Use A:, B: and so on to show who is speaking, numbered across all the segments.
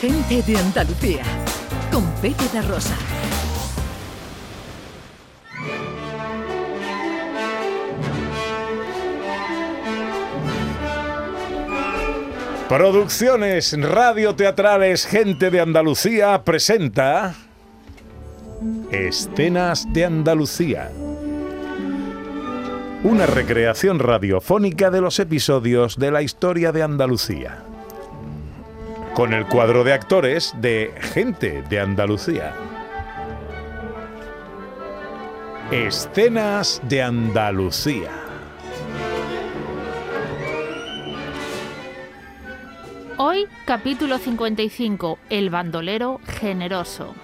A: gente de Andalucía, con Pepe da Rosa.
B: Producciones Radio Teatrales Gente de Andalucía presenta Escenas de Andalucía. Una recreación radiofónica de los episodios de la historia de Andalucía. Con el cuadro de actores de Gente de Andalucía. Escenas de Andalucía.
C: Hoy, capítulo 55, El bandolero generoso.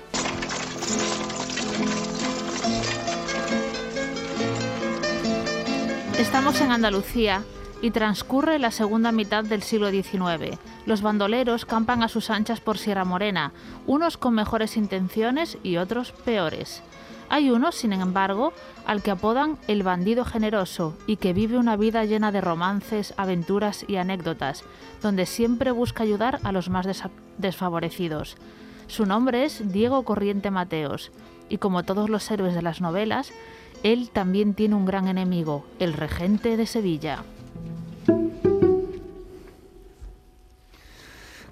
C: Estamos en Andalucía y transcurre la segunda mitad del siglo XIX. Los bandoleros campan a sus anchas por Sierra Morena, unos con mejores intenciones y otros peores. Hay uno, sin embargo, al que apodan el bandido generoso y que vive una vida llena de romances, aventuras y anécdotas, donde siempre busca ayudar a los más desa- desfavorecidos. Su nombre es Diego Corriente Mateos, y como todos los héroes de las novelas, él también tiene un gran enemigo, el regente de Sevilla.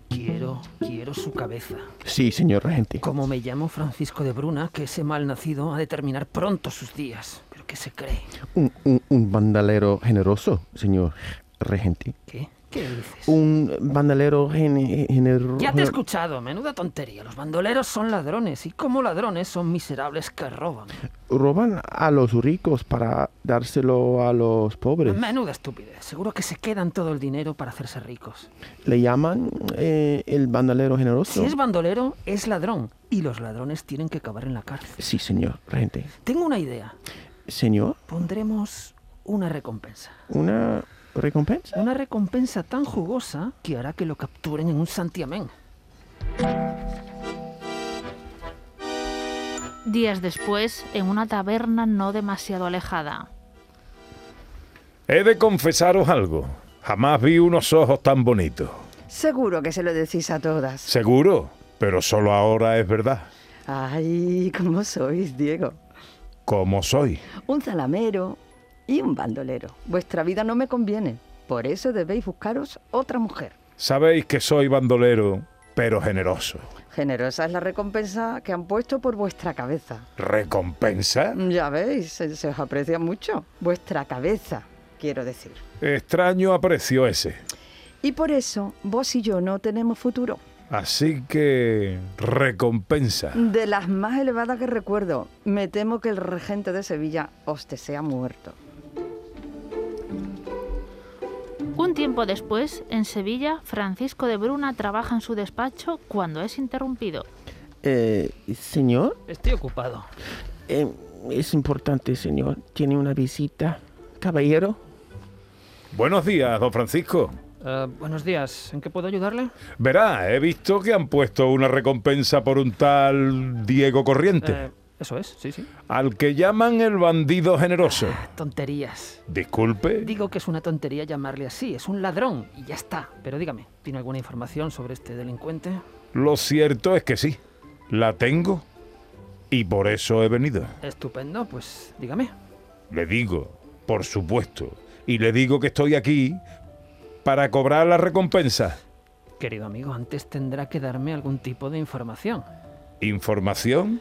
D: Quiero, quiero su cabeza.
E: Sí, señor regente.
D: Como me llamo Francisco de Bruna, que ese malnacido ha de terminar pronto sus días. ¿Pero qué se cree?
E: Un, un- un bandalero generoso, señor regente.
D: ¿Qué? ¿Qué dices?
E: Un bandalero generoso.
D: Ya te he escuchado, menuda tontería. Los bandoleros son ladrones y como ladrones son miserables que roban.
E: Roban a los ricos para dárselo a los pobres.
D: Menuda estupidez. Seguro que se quedan todo el dinero para hacerse ricos.
E: Le llaman eh, el bandalero generoso.
D: Si es bandolero, es ladrón. Y los ladrones tienen que acabar en la cárcel.
E: Sí, señor regente.
D: Tengo una idea.
E: Señor,
D: Pondremos una recompensa.
E: una recompensa.
D: Una recompensa tan jugosa que hará que lo capturen en un santiamén.
C: Días después, en una taberna no demasiado alejada.
B: He de confesaros algo. Jamás vi unos ojos tan bonitos.
F: Seguro que se lo decís a todas.
B: Seguro, pero solo ahora es verdad.
F: Ay, ¿cómo sois, Diego?
B: Como soy.
F: Un zalamero y un bandolero. Vuestra vida no me conviene. Por eso debéis buscaros otra mujer.
B: Sabéis que soy bandolero, pero generoso.
F: Generosa es la recompensa que han puesto por vuestra cabeza.
B: ¿Recompensa?
F: Ya veis, se, se os aprecia mucho. Vuestra cabeza, quiero decir.
B: Extraño aprecio ese.
F: Y por eso vos y yo no tenemos futuro.
B: Así que... Recompensa.
F: De las más elevadas que recuerdo, me temo que el regente de Sevilla os desea muerto.
C: Un tiempo después, en Sevilla, Francisco de Bruna trabaja en su despacho cuando es interrumpido.
E: Eh, señor,
D: Estoy ocupado.
E: eh, es importante, señor. Tiene una visita. Caballero.
B: Buenos días, don Francisco.
D: Eh, buenos días. ¿En qué puedo ayudarle?
B: Verá, he visto que han puesto una recompensa por un tal Diego Corriente,
D: Eh, eso es, sí, sí.
B: al que llaman el bandido generoso.
D: Tonterías.
B: Disculpe.
D: Digo que es una tontería llamarle así. Es un ladrón y ya está. Pero dígame, ¿tiene alguna información sobre este delincuente?
B: Lo cierto es que sí, la tengo y por eso he venido.
D: Estupendo, pues dígame.
B: Le digo, por supuesto, y le digo que estoy aquí para cobrar la recompensa.
D: Querido amigo, antes tendrá que darme algún tipo de información.
B: ¿Información?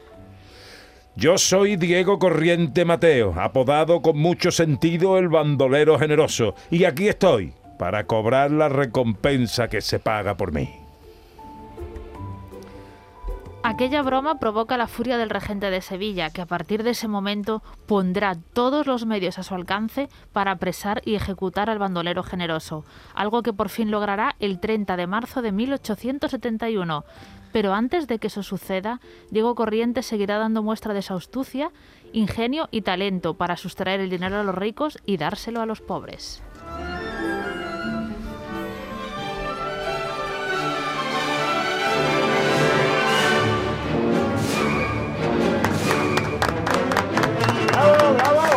B: Yo soy Diego Corriente Mateo, apodado con mucho sentido el bandolero generoso, y aquí estoy para cobrar la recompensa que se paga por mí.
C: Aquella broma provoca la furia del regente de Sevilla, que a partir de ese momento pondrá todos los medios a su alcance para apresar y ejecutar al bandolero generoso, algo que por fin logrará el 30 de marzo de 1871. Pero antes de que eso suceda, Diego Corriente seguirá dando muestra de su astucia, ingenio y talento para sustraer el dinero a los ricos y dárselo a los pobres.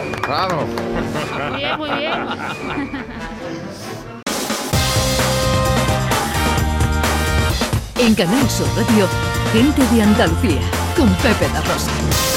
C: Muy bien, muy bien.
A: En Canal Sur Radio, Gente de Andalucía, con Pepe da Rosa.